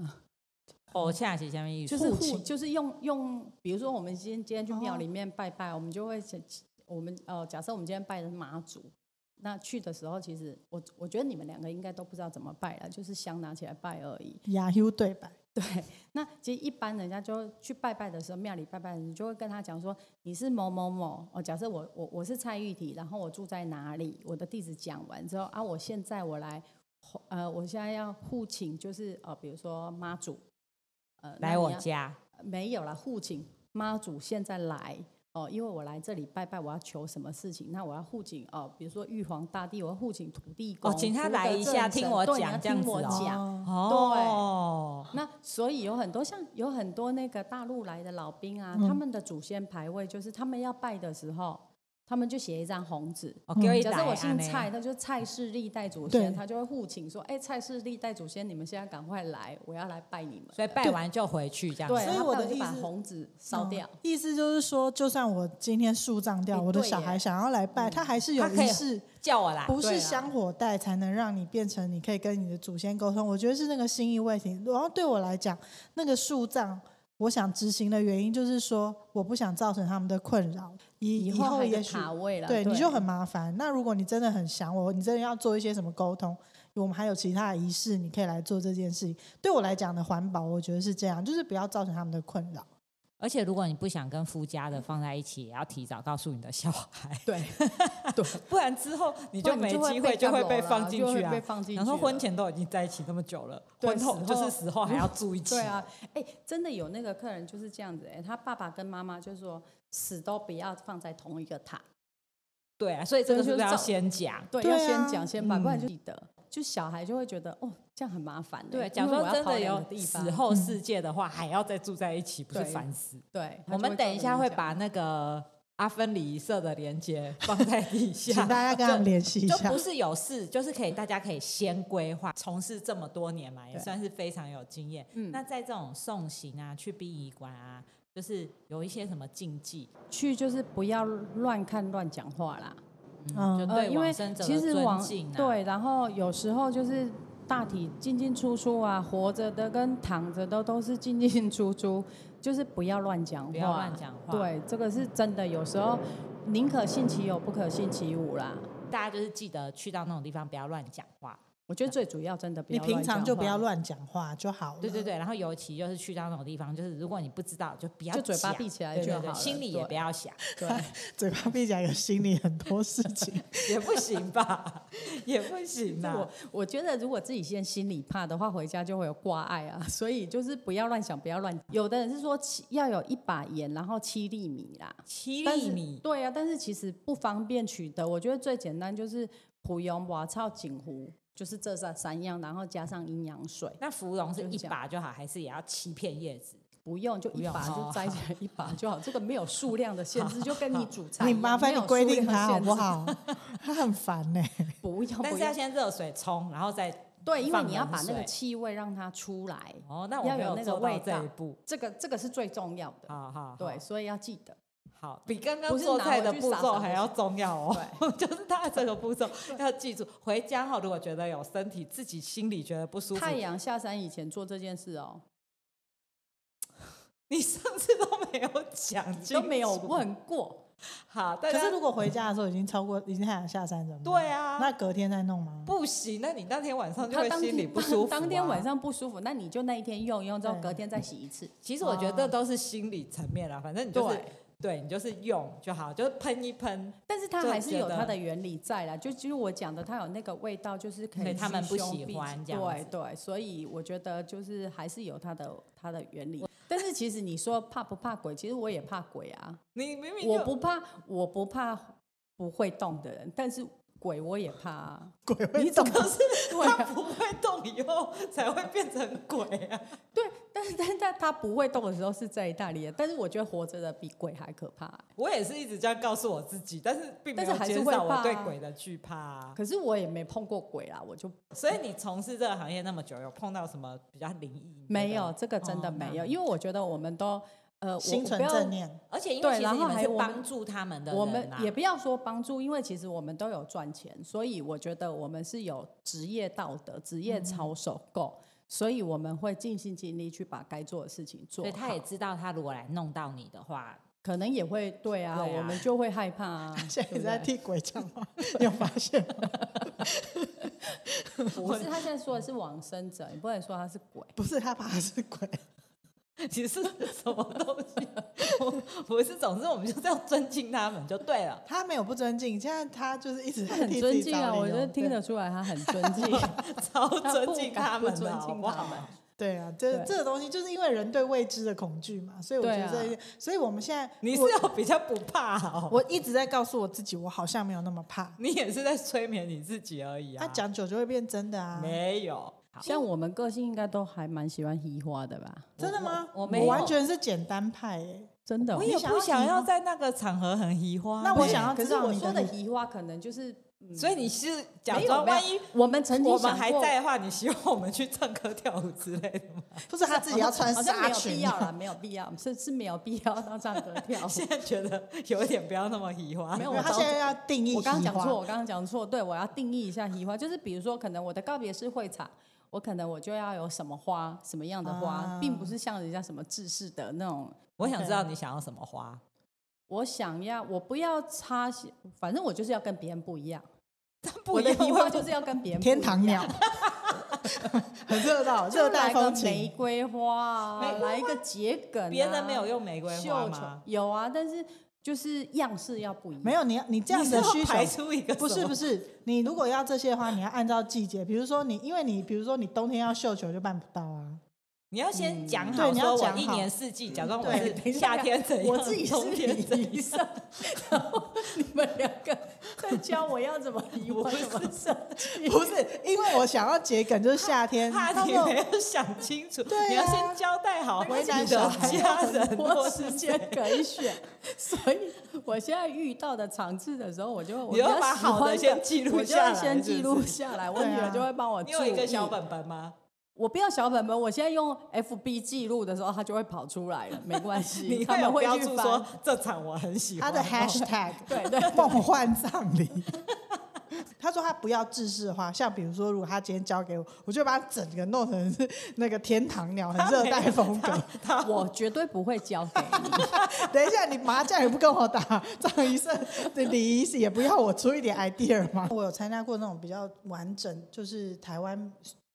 S2: 哦，恰起下面意思
S3: 就是
S1: 互
S3: 互
S1: 请
S3: 就是用用，比如说我们今天今天去庙
S1: 哦
S3: 里面拜拜，我们就会想我们呃，假设我们今天拜的是妈祖，那去的时候其实我我觉得你们两个应该都不知道怎么拜了，就是香拿起来拜而已。
S1: 雅 U 对白，
S3: 那其实一般人家就去拜拜的时候，庙里拜拜，你就会跟他讲说你是某某某哦。假设我我我是蔡玉体，然后我住在哪里，我的地址讲完之后啊，我现在我来呃，我现在要互请，就是呃，比如说妈祖。呃，那
S2: 来
S3: 你
S2: 我
S3: 要
S2: 家，
S3: 没有啦，护请妈祖现在来哦，因为我来这里拜拜，我要求什么事情？那我要护请哦，比如说玉皇大帝，我要护请土地公，
S2: 哦请他
S3: 福德
S2: 来一下
S3: 正神
S2: 听我
S3: 对
S2: 讲
S3: 你要
S2: 这样
S3: 听我
S2: 子哦
S3: 讲。
S1: 哦
S2: 哦，
S3: 那所以有很多像有很多那个大陆来的老兵啊，
S1: 嗯
S3: 他们的祖先牌位就是他们要拜的时候，他们就写一张红纸。
S2: 哦，给我一
S3: 嗯假设
S2: 打
S3: 我
S2: 欸
S3: 姓，
S2: 安
S3: 蔡，
S2: 呢
S3: 他就蔡氏历代祖
S1: 对
S3: 先，他就会互请说：“哎，蔡氏历代祖先，你们现在赶快来，我要来拜你们。”
S2: 所以拜完就回去这样子，
S3: 对，
S1: 所以
S3: 他
S1: 我
S3: 拜
S1: 的
S3: 就
S1: 意
S3: 把
S1: 思
S3: 红纸烧
S1: 嗯
S3: 掉。
S1: 意思就是说，就算我今天树葬掉，
S3: 哎
S1: 我的
S3: 对
S1: 小孩
S3: 耶
S1: 想要来拜，
S3: 嗯
S1: 他还是有
S2: 他可以
S1: 仪式，
S2: 叫我来，
S1: 不
S3: 对
S1: 是
S3: 啊
S1: 香火袋才能让你变成你可以跟你的祖先沟通。我觉得是那个心意未停。然后对我来讲，那个树葬。我想执行的原因就是说，我不想造成他们的困扰。以
S3: 以
S1: 以后
S3: 还有
S1: 也许
S3: 塔位了，
S1: 对你就很麻烦。那如果你真的很想我，你真的要做一些什么沟通，我们还有其他的仪式，你可以来做这件事情。对我来讲的环保，我觉得是这样，就是不要造成他们的困 扰。
S2: 而且如果你不想跟夫家的放在一起，也要提早告诉你的小孩，
S3: 对
S2: 不然之后你就
S3: 不然
S2: 没机
S3: 会
S2: 就会
S3: 干
S2: 被
S3: 扰
S2: 放
S3: 啦
S2: 进
S3: 就会
S2: 去啊
S3: 被。放进去。
S2: 然后婚。前都已经在一起那么久了，
S3: 对
S2: 婚后
S3: 死
S2: 就是
S3: 后
S2: 死后还要住一起，
S3: 对啊，哎、真的有那个客人就是这样子、哎，他爸爸跟妈妈就说死都不要放在同一个塔，
S2: 对啊，所以这个是
S3: 这就
S2: 不
S3: 是
S2: 是要
S3: 照
S2: 先讲？
S3: 对，
S1: 对啊
S3: 要先讲先把，
S2: 嗯
S3: 不然就记得，就小孩就会觉得哦，这样很麻烦、哎
S2: 对，
S3: 因
S2: 假如
S3: 为
S2: 说
S3: 我要
S2: 真
S3: 跑
S2: 的
S3: 两个
S2: 有
S3: 地
S2: 死
S3: 方，嗯
S2: 后世界的话，还要再住在一起，不是
S3: 对
S2: 烦死？
S3: 对，他
S2: 我
S3: 就
S2: 们
S3: 会
S2: 等
S3: 造
S2: 一
S3: 成
S2: 下
S3: 影
S2: 会
S3: 响
S2: 把那个阿芬里社的连接放在 底
S1: 请
S2: 下，
S1: 大家跟他 们联系一
S2: 就
S1: 下
S2: 不。是有事，就是可以大家可以先规划。从事这么多年嘛，也
S3: 对
S2: 算是非常有经验。
S3: 嗯
S2: 那在这种送行啊、去殡仪馆啊，就是有一些什么禁忌，
S3: 去就是不要乱看乱讲话啦，
S2: 嗯，就
S1: 嗯
S3: 呃，
S2: 对
S3: 因为
S2: 往生者
S3: 其
S2: 的
S3: 实
S2: 尊
S3: 往
S2: 敬啊，
S3: 对，然后有时候就是大体进进出出啊，活着的跟躺着的都是进进出出，就是不要乱讲话，
S2: 不要乱讲话。，
S3: 对，这个是真的，有时候宁可信其有，不可信其无啦。
S2: 大家就是记得去到那种地方不要乱讲话。
S3: 我觉得最主要真的不
S1: 你
S3: 要
S1: 平
S3: 乱
S1: 常
S3: 讲
S1: 就不
S3: 话
S1: 要乱讲话就好了。
S2: 对对对，然后尤其就是去到那种地方，就是如果你不知道，就不要
S3: 就嘴巴
S2: 讲
S3: 闭起来
S2: 对
S3: 就
S2: 对对
S3: 好了
S2: 心里也
S3: 对
S2: 不要想，
S3: 对，
S1: 嘴巴闭起来，有心里很多事 情。
S2: 也不行吧，也不行
S3: 那
S2: 啊
S3: 我。我觉得如果自己先心里怕的话，回家就会有挂碍啊，所以就是不要乱想，不要乱。有的人是说七要有一把盐，然后七粒米啦，
S2: 七
S3: 但
S2: 厘
S3: 是
S2: 米，
S3: 对啊，但是其实不方便取得。我觉得最简单就是蒲蓉、瓦草、锦湖，就是这三三样，然后加上阴阳水，
S2: 那芙蓉是
S3: 就是
S2: 一
S3: 这样
S2: 把就好，还是也要七片叶子？
S3: 不用就
S2: 不
S3: 一
S2: 用
S3: 把
S2: 好
S3: 就摘起来一把就好。这个没有数量的限制，就跟你煮菜
S1: 你
S3: 一样，
S1: 麻烦
S3: 没
S1: 你
S3: 有
S1: 规
S3: 数
S1: 定
S3: 量
S1: 他好
S3: 限
S1: 不
S3: 制？
S1: 好？他很烦呢、
S3: 不要，
S2: 但
S3: 不
S2: 是要
S3: 要。
S2: 先热水冲，然后再
S3: 对，因为
S2: 放
S3: 你要
S2: 冷
S3: 把那个
S2: 水
S3: 气味让它出来，
S2: 哦，那我
S3: 要
S2: 没
S3: 有
S2: 有
S3: 那个
S2: 做到
S3: 味
S2: 这
S3: 道
S2: 一步。
S3: 这个这个是最重要的。
S2: 好好，
S3: 对，
S2: 好，
S3: 所以要记得。
S2: 好，比刚刚
S3: 不是
S2: 做
S3: 拿
S2: 菜
S3: 回
S2: 的
S3: 去
S2: 步
S3: 撒
S2: 骤
S3: 什
S2: 还
S3: 么
S2: 要重要哦。
S3: 对，
S2: 就是它这个步 骤要记住，回家后如果觉得有身体自己心里觉得不舒服，
S3: 太阳下山以前做这件事哦，
S2: 你上次都没有讲，
S3: 都没有。问过。
S2: 好，大
S1: 可
S3: 啊
S2: 家
S1: 是如果回家的时候已经超过，已经太阳下山怎么办？
S2: 对啊，
S1: 那隔天再弄吗？
S2: 不行，那你当天晚上就
S3: 他
S2: 会
S3: 当
S2: 心里
S3: 天
S2: 不舒服、啊
S3: 当天晚，上不舒服，那你就那一天用，用之后
S1: 对
S3: 隔天再洗一次。
S2: 其实我觉得都是心理层面啦，反正你就是
S3: 哦对，
S2: 对你就是用就好，就是喷一喷，
S3: 但是它
S2: 就
S3: 还是
S2: 觉
S3: 有它
S2: 得
S3: 的原理在啦，就就是我讲的，它有那个味道，就是可
S2: 对
S3: 以
S2: 他
S3: 驱
S2: 们不
S3: 凶
S2: 喜
S3: 避
S2: 欢这
S3: 吉
S2: 样
S3: 对
S2: 子
S3: 对，所以我觉得就是还是有它的它的原理。但是其实你说怕不怕鬼，其实我也怕鬼啊，
S2: 你明明
S3: 我
S2: 就
S3: 不怕，我不怕不会动的人，但是鬼我也怕、啊。
S1: 鬼会
S3: 你怎
S1: 动
S3: 么
S1: 吗，
S3: 是对
S2: 它
S3: 啊？
S2: 不会动以后才会变成鬼啊！
S3: 对，但是但是他他不会动的时候是在意大利的，但是我觉得活着的比鬼还可怕欸、
S2: 我也是一直这样告诉我自己，但是并没
S3: 但是
S2: 有
S3: 还是
S2: 减
S3: 会
S2: 少
S3: 怕
S2: 我
S3: 啊
S2: 对鬼的惧怕、啊。
S3: 可是我也没碰过鬼啦，我就
S2: 所以你从事这个行业那么久，有碰到什么比较灵异？你觉
S3: 没
S2: 得
S3: 有，这个真的
S2: 哦那
S3: 没有，因为我觉得我们都呃，我
S1: 心
S3: 我
S1: 存
S3: 不要
S1: 正念，
S2: 而且因
S3: 对
S2: 为其实
S3: 然
S2: 你
S3: 后
S2: 们
S3: 还
S2: 是
S3: 有我们
S2: 帮助他们的人、啊，
S3: 我们也不要说帮助，因为其实我们都有赚钱，所以我觉得我们是有职业道德、职业
S2: 嗯
S3: 操守够，所以我们会尽心尽力去把该做的事情做
S2: 所以他也
S3: 好。
S2: 知道，他如果来弄到你的话，
S3: 可能也会对啊，
S2: 对啊
S3: 我们就会害怕啊。
S1: 现在一直
S3: 对不
S1: 在
S3: 对
S1: 替鬼讲话，你有发现吗？
S3: 不是他现在说的是往生者，你不能说他是 鬼。
S1: 不是他怕的是鬼，
S2: 其实是什么东西？我不是，总之我们就是要尊敬他们就对 了。
S1: 他没有不尊敬，现在他就是一直
S3: 他
S1: 在
S3: 很
S1: 替自
S3: 尊
S1: 己
S3: 敬
S1: 找
S3: 啊，
S1: 理
S3: 我
S1: 由
S3: 觉得听
S1: 对
S3: 得出来他 很尊敬，
S2: 超尊敬
S3: 他不
S2: 们
S3: 敢不
S2: 的，
S3: 尊
S2: 好
S3: 敬
S2: 不
S3: 他
S2: 好
S3: 们？。
S1: 对啊，这
S3: 对
S1: 这个东西就是因为人对未知的恐惧嘛，所以我觉得
S3: 对
S1: 这，
S3: 啊
S1: 所以我们现在
S2: 你是
S1: 我
S2: 要比较不怕哦，
S1: 我一直在告诉我自己，我好像没有那么怕。
S2: 你也是在催眠你自己而已啊。
S1: 他讲久就会变真的啊，
S2: 没有，好
S3: 像我们个性应该都还蛮喜欢移花的吧？
S1: 真的吗？
S2: 我我没有
S1: 完全是简单派耶。
S3: 真的哦、
S2: 我也
S1: 你想
S2: 不
S1: 要
S2: 想
S1: 移
S2: 要
S1: 吗
S2: 在那个场合很移花。
S1: 那我
S3: 对
S1: 想要
S3: 可
S1: 知
S3: 是
S1: 道
S3: 我
S1: 你
S3: 说
S1: 的
S3: 的
S1: 路
S3: 移花，可能就是
S2: 所以你是假
S3: 没有
S2: 装，
S3: 没有
S2: 万一
S3: 我们曾经
S2: 我
S3: 想
S2: 们
S3: 过，
S2: 还在的话，你希望我们去唱歌跳舞之类的吗？
S1: 不是他自己要穿
S3: 好像没
S1: 纱
S3: 有必
S1: 裙
S3: 要啦，没有必要，是是没有必要到唱歌跳舞。
S2: 现在觉得有一点不要那么移花。
S3: 没有
S1: 没有他
S3: 我
S1: 现在要定义
S3: 我刚刚
S1: 移
S3: 讲
S1: 花
S3: 错，我刚刚讲错，对我要定义一下移花，就是比如说，可能我的告别式会场，我可能我就要有什么花，什么样的花，
S1: 啊
S3: 并不是像人家什么制式的那种。
S2: 我想知道你想要什么花。
S3: 我想要，我不要插，反正我就是要跟别人不一样。
S2: 不一啊
S3: 我
S2: 样
S3: 的移
S2: 会
S3: 花
S2: 不
S3: 就是要跟别人不一样
S1: 啊天堂鸟， 很热闹，
S3: 就
S1: 热带
S3: 来个
S1: 风
S3: 玫
S1: 情。
S3: 瑰花啊，
S2: 玫瑰花
S3: 来一个桔梗、啊，
S2: 别人没有用玫瑰花
S3: 绣球
S2: 吗？
S3: 有啊，但是就是样式要不一样。
S1: 没有你要，你这样的
S2: 你
S1: 需
S2: 是
S1: 求
S2: 要排出一个
S1: 不是不
S2: 是，
S1: 是，你如果要这些的话，你要按照季节，比如说你，因为你比如说你冬天要绣球就办不到啊。
S2: 你要先讲
S1: 嗯对
S2: 好，
S1: 你要
S2: 说我
S1: 讲好
S2: 一年四季假装我
S1: 对
S3: 等一
S2: 是
S3: 下
S2: 夏天怎样，
S3: 我自己是
S2: 冬天怎
S3: 礼仪
S2: 样。
S3: 社， 然后你们两个在教我要怎么 礼我怎么社区。
S1: 不是，因为我想要桔梗，就是夏 天。
S2: 怕
S1: 他
S2: 你
S1: 们
S2: 没有想清楚，
S1: 对啊
S2: 你要先交代好
S1: 为难
S2: 你
S1: 小
S2: 的
S1: 孩
S2: 家人
S3: 多
S2: 或
S3: 时
S2: 是
S3: 间可以选，所以我现在遇到的场次的时候，我就我
S2: 你要
S3: 比较
S2: 把
S3: 喜
S2: 好的
S3: 欢
S2: 先记录
S3: 我就
S2: 下
S3: 会
S2: 来
S3: 先
S2: 是
S3: 记
S2: 不
S3: 录
S2: 是
S3: 下来，我
S1: 对
S3: 女儿
S1: 啊
S3: 就会帮我
S2: 你有一
S3: 注
S2: 个
S3: 意
S2: 小本本吗？
S3: 我不要小本本，我现在用 FB 记录的时候，它就会跑出来了，没关系，
S2: 你
S3: 嗯他
S2: 会有
S3: 们会
S2: 标
S3: 去
S2: 注
S3: 翻
S2: 说这场我很喜
S1: 他
S2: 欢。
S1: 的 hashtag
S3: 对 对
S1: 梦幻葬礼。他说他不要制式化，像比如说，如果他今天交给我，我就把它整个弄成是那个天堂鸟，很热带风格。
S3: 我绝对不会交给你。
S1: 等一下，你麻将也不跟我打，张医生、李医师也不要我出一点 idea 吗？我有参加过那种比较完整，就是台湾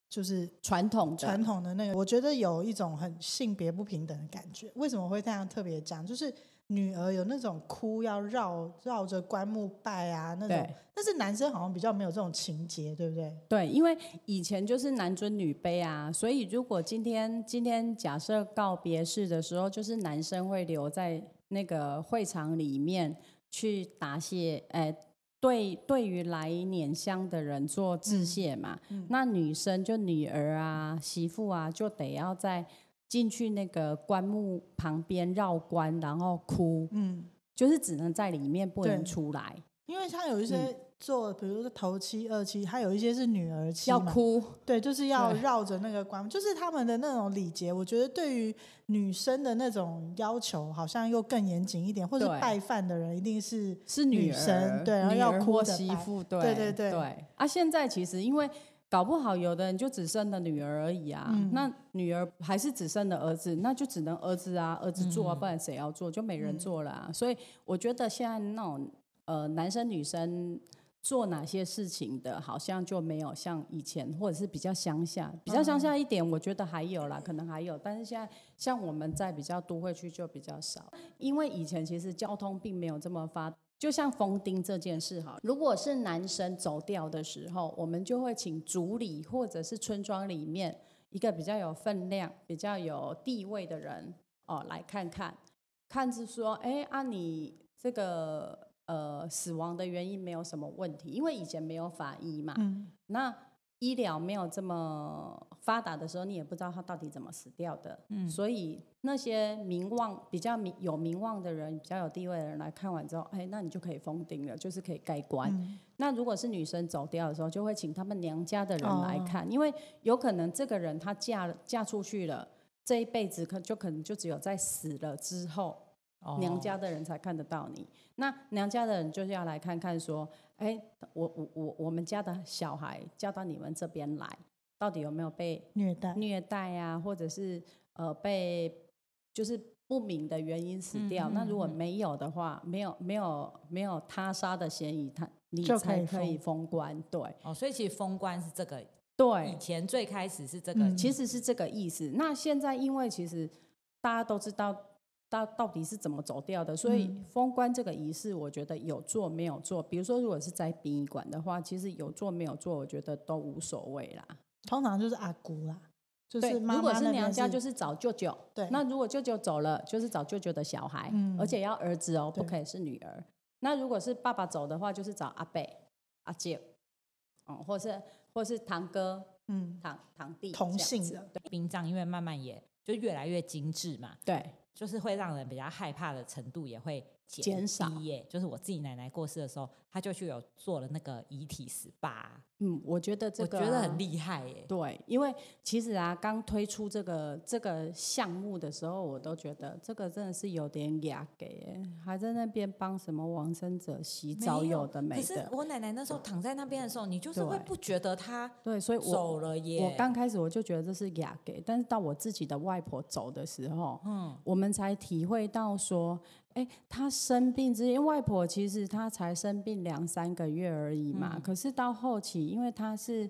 S1: 就是
S3: 传统的，
S1: 传统的那个，我觉得有一种很性别不平等的感觉。为什么会这样特别讲？就是女儿有那种哭要绕绕着棺木拜啊那种
S3: 对，
S1: 但是男生好像比较没有这种情节，对不对？
S3: 对，因为以前就是男尊女卑啊，所以如果今天今天假设告别式的时候，就是男生会留在那个会场里面去答谢，呃，对，对于来捻香的人做
S1: 嗯
S3: 致谢嘛。那女生就女儿啊、媳妇啊，就得要在进去那个棺木旁边绕棺，然后哭，
S1: 嗯，
S3: 就是只能在里面不能
S1: 对
S3: 出来，
S1: 因为像有一些
S3: 嗯
S1: 做，比如说头七、二七，还有一些是女儿七
S3: 要
S1: 嘛
S3: 哭。
S1: 对，就是要
S3: 对
S1: 绕着那个棺木，就是他们的那种礼节，我觉得对于女生的那种要求，好像又更严谨一点，或者
S3: 对
S1: 拜饭的人一定是
S3: 是女
S1: 女生
S3: 儿
S1: 对然后
S3: 女
S1: 要
S3: 儿
S1: 哭
S3: 或
S1: 着
S3: 媳
S1: 拜
S3: 妇，对
S1: 对对对
S3: 对。啊，现在其实因为搞不好有的人就只生了女儿而已啊，
S1: 嗯
S3: 那女儿还是只生了儿子，那就只能儿子啊，儿子做啊，不然谁要做？就没人做了啊。所以我觉得现在那种呃男生女生做哪些事情的，好像就没有像以前或者是比较乡下，比较乡下一点，我觉得还有啦，可能还有，但是现在像我们在比较都会区就比较少。因为以前其实交通并没有这么发，就像封钉这件事哈，如果是男生走掉的时候，我们就会请族里或者是村庄里面一个比较有分量、比较有地位的人哦来看看，看是说，哎，啊你这个呃死亡的原因没有什么问题，因为以前没有法医嘛，
S1: 嗯
S3: 那医疗没有这么发达的时候，你也不知道他到底怎么死掉的。嗯，所以那些名望比较名有名望的人、比较有地位的人来看完之后，哎，那你就可以封顶了，就是可以盖棺。
S1: 嗯
S3: 那如果是女生走掉的时候，就会请他们娘家的人来看，因为有可能这个人她嫁了嫁出去了，这一辈子可就可能就只有在死了之后
S2: 哦
S3: 娘家的人才看得到你。那娘家的人就是要来看看说，哎，我我我我们家的小孩嫁到你们这边来，到底有没有被
S1: 虐待，
S3: 虐待啊，或者是呃被就是不明的原因死
S2: 嗯
S3: 掉。
S2: 嗯
S3: 那如果没有的话，没有没有没有他杀的嫌疑，他你
S1: 就可
S3: 才
S1: 以
S3: 可以封官。对
S2: 哦，所以其实封官是这个，以
S3: 对，
S2: 前最开始是这个，
S1: 嗯
S3: 其实是这个意思。那现在因为其实大家都知道。到到底是怎么走掉的？所以
S1: 嗯
S3: 封官这个仪式，我觉得有做没有做，比如说如果是在殡仪馆的话，其实有做没有做，我觉得都无所谓啦。
S1: 通常就是阿姑啦，就
S3: 对，
S1: 是妈
S3: 如果
S1: 妈
S3: 是
S1: 那边
S3: 娘家，就是是找舅舅。
S1: 对
S3: 那如果舅舅走了，就是找舅舅的小孩，
S1: 嗯
S3: 而且要儿子哦，
S1: 对
S3: 不可以是女儿。那如果是爸爸走的话，就是找阿伯、阿舅，哦、或是或是堂哥、
S1: 嗯
S3: 堂堂弟
S1: 同
S3: 这样
S1: 性
S3: 子
S1: 的，
S2: 殡葬因为慢慢也就越来越精致嘛，
S3: 对
S2: 就是会让人比较害怕的程度也会减
S3: 减少
S2: 低耶。就是我自己奶奶过世的时候，她就去有做了那个遗体 SPA，
S3: 嗯，我觉得这
S2: 我
S3: 个、
S2: 觉得很厉害耶。
S3: 对，因为其实啊，刚推出这个这个项目的时候，我都觉得这个真的是有点雅给耶，还在那边帮什么往生者洗澡，
S2: 没
S3: 有的没
S2: 可是
S3: 的。
S2: 我奶奶那时候躺在那边的时候，你就是会
S3: 对
S2: 不觉得她
S3: 对，所以我
S2: 走了耶。
S3: 我刚开始我就觉得这是雅给，但是到我自己的外婆走的时候，嗯，我们才体会到说，哎，她生病之前，因为外婆其实她才生病两三个月而已嘛，可是到后期，因为她是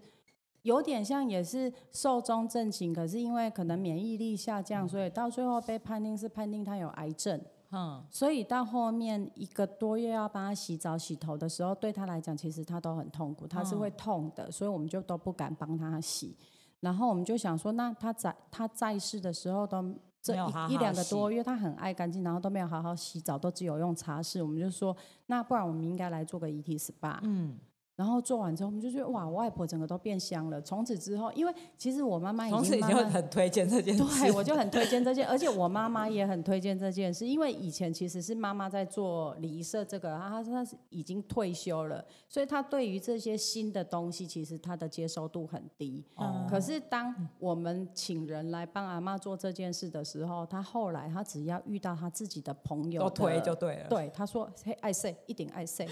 S3: 有点像也是寿终正寝，可是因为可能免疫力下降，所以到最后被判定是判定她有癌症，
S2: 嗯，
S3: 所以到后面一个多月要帮他洗澡、洗头的时候，对他来讲，其实他都很痛苦，
S2: 嗯
S3: 他是会痛的，所以我们就都不敢帮他洗。然后我们就想说，那他在他在世的时候都这
S2: 没有好好
S3: 一一两个
S2: 洗
S3: 多月，他很爱干净，然后都没有好好洗澡，都只有用茶室。我们就说，那不然我们应该来做个遗体 SPA。
S2: 嗯，
S3: 然后做完之后，我们就觉得哇，我外婆整个都变香了。从此之后，因为其实我妈妈已
S2: 从此
S3: 经
S2: 你
S3: 慢
S2: 就
S3: 慢
S2: 很推荐 这件事。
S3: 对，我就很推荐这件，而且我妈妈也很推荐这件事，因为以前其实是妈妈在做礼仪社这个，啊她她是已经退休了，所以她对于这些新的东西，其实她的接受度很低。
S2: 哦
S3: 可是当我们请人来帮阿妈做这件事的时候，她后来她只要遇到她自己的朋友
S2: 都推
S3: 的
S2: 就对了。
S3: 对，她说嘿爱说一定 爱说，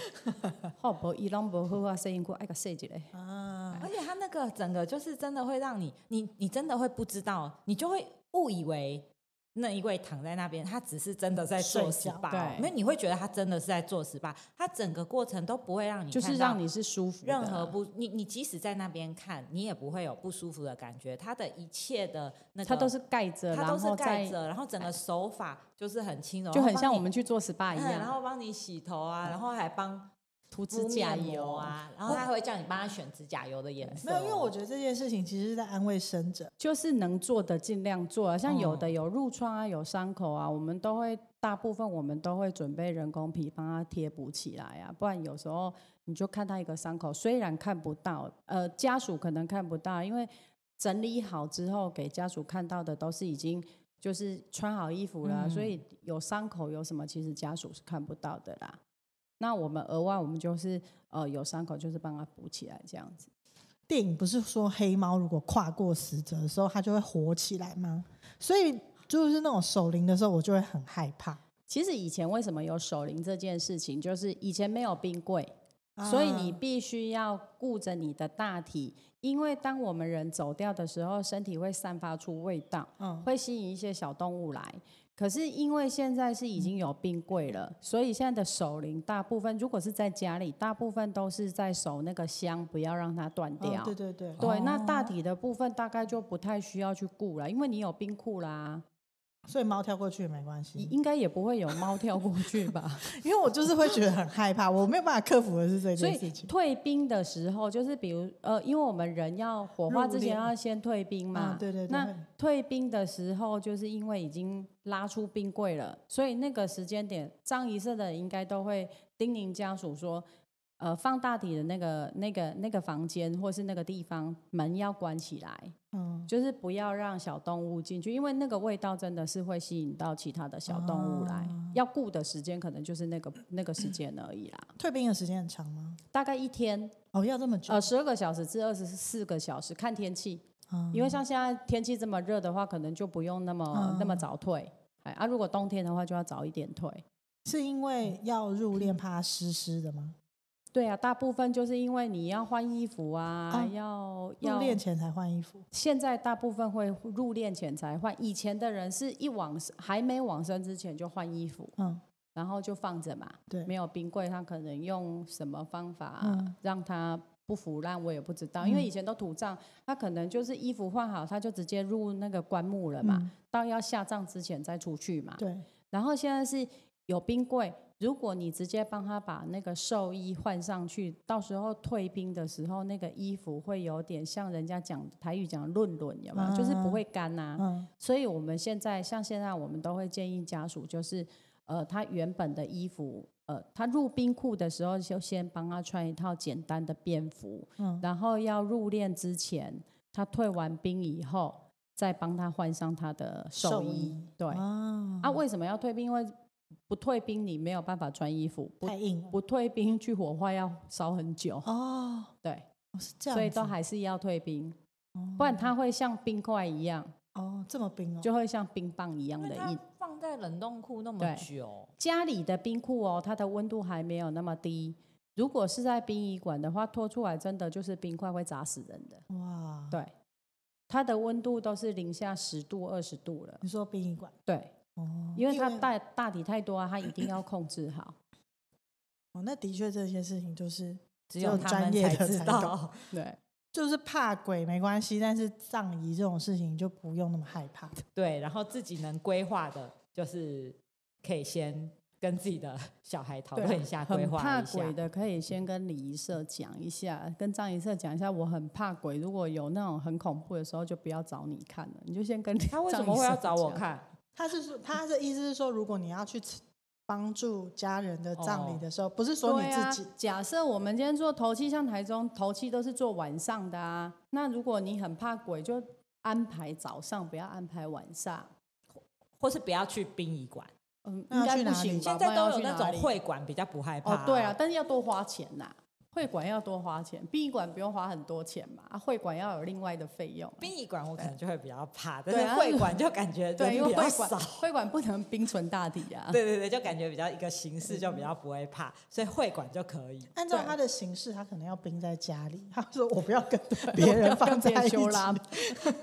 S3: 好不伊拢无好啊，说因过爱个说一个。
S2: 嗯
S1: 啊，
S2: 而且它那个整个就是真的会让你，你你真的会不知道，你就会误以为那一位躺在那边，他只是真的在做
S1: 睡觉
S2: SPA，哦
S3: 对
S2: 没有你会觉得他真的是在做 SPA，他整个过程都不会让你
S3: 就是
S2: 看到
S3: 让你是舒服的，啊
S2: 任何不，你你即使在那边看，你也不会有不舒服的感觉，他的一切的那个
S3: 它都是盖着，
S2: 它都
S3: 然
S2: 是
S3: 后
S2: 盖
S3: 再
S2: 着，然后整个手法就是很轻柔，
S3: 就很像我
S2: 们。
S3: 们去做 SPA 一
S2: 嗯，然
S3: 样，嗯
S2: 后帮你洗头啊，然后还帮
S3: 涂指
S2: 指甲
S3: 甲油
S2: 油，啊，然后他还会叫你帮他选指甲油的颜色。
S1: 没有，因为我觉得这件事情其实是在安慰生者，
S3: 就是能做的尽量做啊。像有的
S2: 嗯
S3: 有褥疮啊，有伤口啊，我们都会大部分我们都会准备人工皮帮他贴补起来啊，不然有时候你就看他一个伤口，虽然看不到，呃，家属可能看不到，因为整理好之后给家属看到的都是已经。就是穿好衣服了啊、
S2: 嗯
S3: 所以有伤口有什么，其实家属是看不到的啦。那我们额外我们就是呃有伤口就是帮他补起来这样子。
S1: 电影不是说黑猫如果跨过死者的时候，它就会活起来吗？所以就是那种守灵的时候，我就会很害怕
S3: 其实以前为什么有守灵这件事情，就是以前没有冰柜，所以
S1: 啊
S3: 你必须要顾着你的大体，因为当我们人走掉的时候，身体会散发出味道，
S1: 嗯
S3: 会吸引一些小动物来。可是因为现在是已经有冰柜了，所以现在的守灵大部分如果是在家里，大部分都是在守那个香，不要让它断掉。
S1: 哦对对对，
S3: 对，那
S2: 哦
S3: 大体的部分大概就不太需要去顾了，因为你有冰库啦，
S1: 所以猫跳过去也没关
S3: 应
S1: 系，
S3: 应该也不会有猫跳过去吧。
S1: 因为我就是会觉得很害怕，我没有办法克服的是这
S3: 所
S1: 件
S3: 以
S1: 事情。
S3: 退冰的时候，就是比如呃，因为我们人要火化之前
S1: 入殓
S3: 要先退冰嘛，
S1: 嗯对对对
S3: 那
S1: 会
S3: 退冰的时候，就是因为已经拉出冰柜了，所以那个时间点，葬仪社的人应该都会叮咛家属说，呃，放大体的那个那个那个房间或是那个地方门要关起来，
S1: 嗯，
S3: 就是不要让小动物进去，因为那个味道真的是会吸引到其他的小动物来。
S1: 啊
S3: 要顾的时间可能就是那个那个时间而已啦，
S1: 退兵的时间很长吗？
S3: 大概一天。
S1: 哦，要这么久
S3: 呃，？十二个小时至二十四个小时，看天气。
S1: 嗯
S3: 因为像现在天气这么热的话，可能就不用那么、那么早退。哎啊，如果冬天的话，就要早一点退。
S1: 是因为要入殓怕它湿湿的吗？
S3: 对啊，大部分就是因为你要换衣服啊，
S1: 啊
S3: 要
S1: 入
S3: 要
S1: 殓前才换衣服，
S3: 现在大部分会入殓前才换，以前的人是一往生还没往生之前就换衣服，
S1: 嗯，
S3: 然后就放着嘛。
S1: 对
S3: 没有冰柜，他可能用什么方法啊
S1: 嗯
S3: 让它不腐烂，我也不知道。因为以前都土葬，他可能就是衣服换好，他就直接入那个棺木了嘛，
S1: 嗯
S3: 到要下葬之前再出去嘛。
S1: 对，
S3: 然后现在是有冰柜，如果你直接帮他把那个寿衣换上去，到时候退冰的时候，那个衣服会有点像人家讲台语讲润润，有没有？就是不会干啊呐、
S1: 嗯，
S3: 所以我们现在像现在我们都会建议家属，就是呃，他原本的衣服，呃，他入冰库的时候就先帮他穿一套简单的便服，
S1: 嗯
S3: 然后要入殓之前，他退完兵以后，再帮他换上他的寿
S1: 寿
S3: 衣
S1: 衣。
S3: 对，
S1: 啊，
S3: 啊，为什么要退兵？因为不退兵你没有办法穿衣服，不
S1: 太硬了
S3: 不退兵去火化要烧很久，
S1: 哦，
S3: 对，
S1: 哦是这样子，
S3: 所以都还是要退兵，
S1: 哦
S3: 不然它会像冰块一样，
S1: 哦这么冰哦，
S3: 就会像冰棒一样
S2: 因为
S3: 的
S2: 它
S3: 硬。
S2: 放在冷冻库那么
S3: 对
S2: 久，
S3: 家里的冰库哦，它的温度还没有那么低。如果是在殡仪馆的话，拖出来真的就是冰块会砸死人的。
S1: 哇，
S3: 对，它的温度都是零下十度、二十度了。
S1: 你说殡仪馆
S3: 对，
S1: 哦，
S3: 因为它大大体太多啊，它一定要控制好。
S1: 哦，那的确这些事情就是
S2: 只
S1: 只有
S2: 有他
S1: 专
S2: 们
S1: 业
S2: 才
S1: 的
S2: 知
S1: 才
S2: 道。
S3: 对
S1: 就是怕鬼没关系，但是葬仪这种事情就不用那么害怕。
S2: 对，然后自己能规划的，就是可以先跟自己的小孩讨
S3: 对啊
S2: 论一下，规
S3: 很
S2: 划
S3: 怕
S2: 一下。
S3: 鬼的可以先跟礼仪社讲一下，跟葬仪社讲一下，我很怕鬼。如果有那种很恐怖的时候，就不要找你看了，你就先跟
S2: 他为什
S3: 葬仪
S2: 么会
S3: 社
S2: 要找我
S3: 讲？
S2: 看？
S1: 他是说，他的意思是说，如果你要去帮助家人的葬礼的时候，不是说你
S3: 哦对
S1: 自己，
S3: 啊、假设我们今天做头七，像台中头七都是做晚上的啊。那如果你很怕鬼，就安排早上，不要安排晚上。
S2: 或是不要去殡仪馆？
S3: 嗯，
S1: 那
S3: 应
S1: 要
S3: 该
S1: 去哪里
S3: 不行吧。
S2: 现
S3: 不
S2: 在
S3: 然
S2: 都
S3: 要
S2: 有
S3: 去
S2: 那
S3: 哪
S2: 种
S3: 里
S2: 会馆，比较不害怕、
S3: 哦，对啊，，但是要多花钱呐、会馆要多花钱，殡仪馆不用花很多钱嘛，啊，会馆要有另外的费用。啊
S2: 殡仪馆我可能就会比较怕，但
S3: 对
S2: 是
S3: 啊
S2: 会馆就感觉
S3: 对，因
S2: 人
S3: 为
S2: 比较
S3: 会馆
S2: 少。
S3: 会馆不能冰存大体啊。
S2: 对对对，就感觉比较一个形式，就比较不会怕，所以会馆就可以。
S1: 按照
S3: 对
S1: 他的形式，他可能要冰在家里。他说我不要跟别人放在一起，
S3: 修 拉，
S2: 不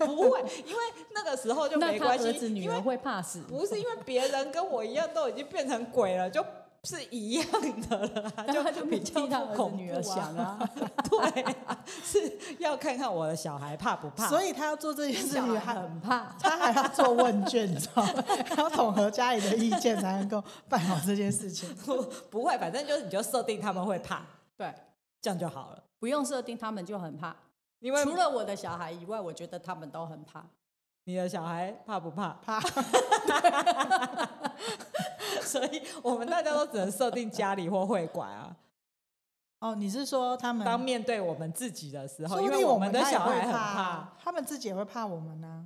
S2: 会，因为那个时候就
S3: 啊那
S2: 没
S3: 他
S2: 关系
S3: 儿子，女
S2: 因
S3: 儿
S2: 为
S3: 会怕死。
S2: 不是因为别人跟我一样都已经变成鬼了，就是一样的了啊，
S3: 那他
S2: 就
S3: 就
S2: 比
S3: 比
S2: 较
S3: 替他
S2: 不
S3: 儿子
S2: 恐
S3: 女儿
S2: 怖啊
S3: 想啊，
S2: 对啊，是要看看我的小孩怕不怕。
S1: 所以他要做这件事
S3: 小
S1: 情，
S3: 孩
S1: 还
S3: 很怕。
S1: 他还要做问卷，你知道吗？ 还要统合家里的意见，才能够办好这件事情。
S2: 不 不会，反正就是你就设定他们会怕，
S3: 对，
S2: 这样就好了。
S3: 不用设定，他们就很怕。
S2: 因为
S3: 除了我的小孩以外，我觉得他们都很怕。
S2: 你的小孩怕不怕？
S1: 怕，
S2: 所以我们大家都只能设定家里或会馆啊。
S1: 哦，你是说他们？
S2: 当面对我们自己的时候，
S1: 说
S2: 因
S1: 不
S2: 为
S1: 定我
S2: 们的
S1: 他也
S2: 小孩
S1: 会
S2: 很怕
S1: 啊，，他们自己也会怕我们呢、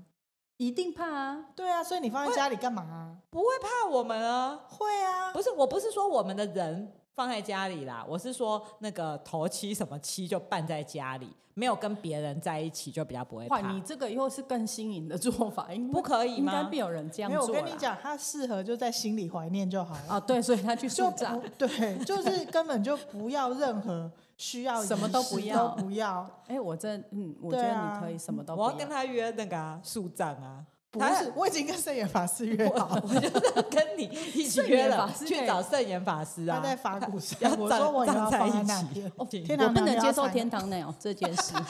S3: 一定怕啊！
S1: 对啊，所以你放在家里干嘛啊、
S2: 不会怕我们啊。
S1: 会啊，
S2: 不是，我不是说我们的人放在家里啦，我是说那个头七什么七就办在家里，没有跟别人在一起就比较不会怕
S3: 哇，。你这个又是更新颖的做法，应
S2: 不可以
S3: 应该
S2: 吗
S3: 必有人这样
S1: 没有，
S3: 做
S1: 我
S3: 啦。
S1: 跟你讲，它适合就在心里怀念就好了。
S3: 啊，对，所以他去
S1: 就
S3: 树葬
S1: 不，对，就是根本就不要任何需要
S3: 什么
S1: 仪
S3: 都
S1: 式
S3: 不要
S1: 都不要。
S3: 哎，我这嗯，我觉
S1: 对
S3: 得
S1: 啊
S3: 你可以什么都不
S2: 我要跟
S3: 要。
S2: 他约那个啊树葬啊，
S1: 不
S2: 他
S1: 是，我已经跟圣严法师约好，
S2: 我 就是跟你一起
S3: 圣
S2: 约
S3: 严
S2: 了
S3: 法师可
S2: 去
S3: 以
S2: 找圣严法师啊，
S1: 他在法鼓山
S2: 要，
S1: 我
S2: 站
S1: 说我也
S2: 站
S1: 要
S2: 在
S1: 放
S2: 一
S1: 在那
S2: 起
S1: 边。
S2: 哦
S1: 天
S3: 我
S1: 堂
S3: 不
S1: 娘
S3: 能
S1: 娘
S3: 接受
S1: 参
S3: 天堂鸟这件 事，
S2: 啊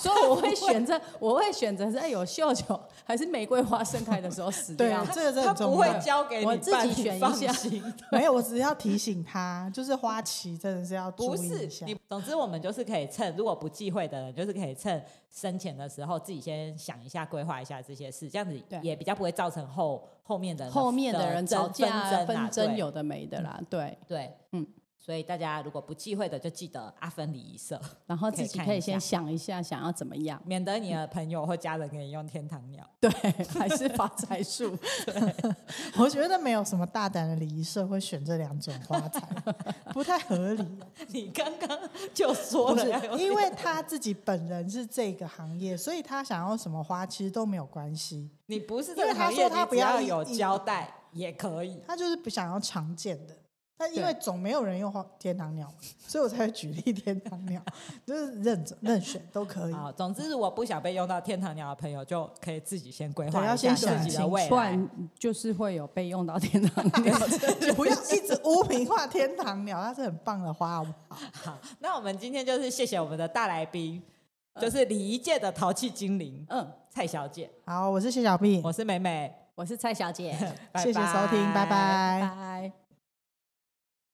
S3: 所以我会选择，我会选择是哎有绣球还是玫瑰花盛开的时候死
S1: 对
S3: 掉。
S1: 这个真的
S2: 哦他
S1: 很重
S2: 不
S1: 要
S2: 会交给你
S3: 我
S2: 办，
S3: 自 己选一
S2: 你放
S3: 下
S2: 心
S1: 没有，我只是要提醒他，就是花旗真的是要注
S2: 不
S1: 意
S2: 是
S1: 一下
S2: 你，。总之我们就是可以趁，如果不忌讳的人，就是可以趁生前的时候自己先想一下、规划一下这些事，这样子
S3: 对
S2: 也比较不会造成后后面的人
S3: 后面的人吵
S2: 争
S3: 架
S2: 纷
S3: 啊、
S2: 争啊
S3: 纷争
S2: 对
S3: 有的没的啦，对。
S2: 对，
S3: 嗯
S2: 嗯，所以大家如果不忌讳的，就记得啊阿芬礼仪社，
S3: 然后
S2: 可
S3: 自
S2: 以
S3: 己
S2: 看
S3: 可以
S2: 一
S3: 先
S2: 下
S3: 想一下，想要怎么 样，
S2: 免得你的朋友或家人给你用天堂鸟。
S3: 对， 还是发财树。
S1: 我觉得没有什么大胆的礼仪社会选这两种花材， 不太合 理。
S2: 你刚刚就说
S1: 不
S2: 了
S1: 是
S2: 要用，
S1: 因为他自己本人是这个行业，所以他想要什么花其实都没有关系，
S2: 你不是
S1: 因
S2: 这
S1: 为
S2: 个
S1: 他
S2: 行业，
S1: 说他
S2: 你
S1: 不
S2: 只
S1: 要
S2: 要
S1: 一
S2: 有
S1: 一
S2: 交代也可以。
S1: 他就是不想要常见的。但因
S3: 对
S1: 为总没有人用花天堂鸟嘛，所以我才会举例天堂 鸟，就是认准任选都可以。
S2: 好，总之如果不想被用到天堂鸟的朋友，就可以自己先规
S1: 对
S2: 划
S1: 要
S2: 一下
S1: 先想
S2: 自己的
S1: 清
S2: 未
S3: 不
S2: 来。
S3: 然就是会有被用到天堂鸟。
S1: 不要一直污名化天堂鸟，它是很棒的花，好不好？
S2: 好，那我们今天就是谢谢我们的大来宾，就是礼仪界的淘气精灵
S3: 嗯，
S2: 蔡小姐，
S1: 好，我是谢小碧，
S2: 我是美美，
S3: 我是蔡小姐，
S2: 拜
S1: 谢谢收听，拜
S2: 拜
S1: 拜
S3: 拜。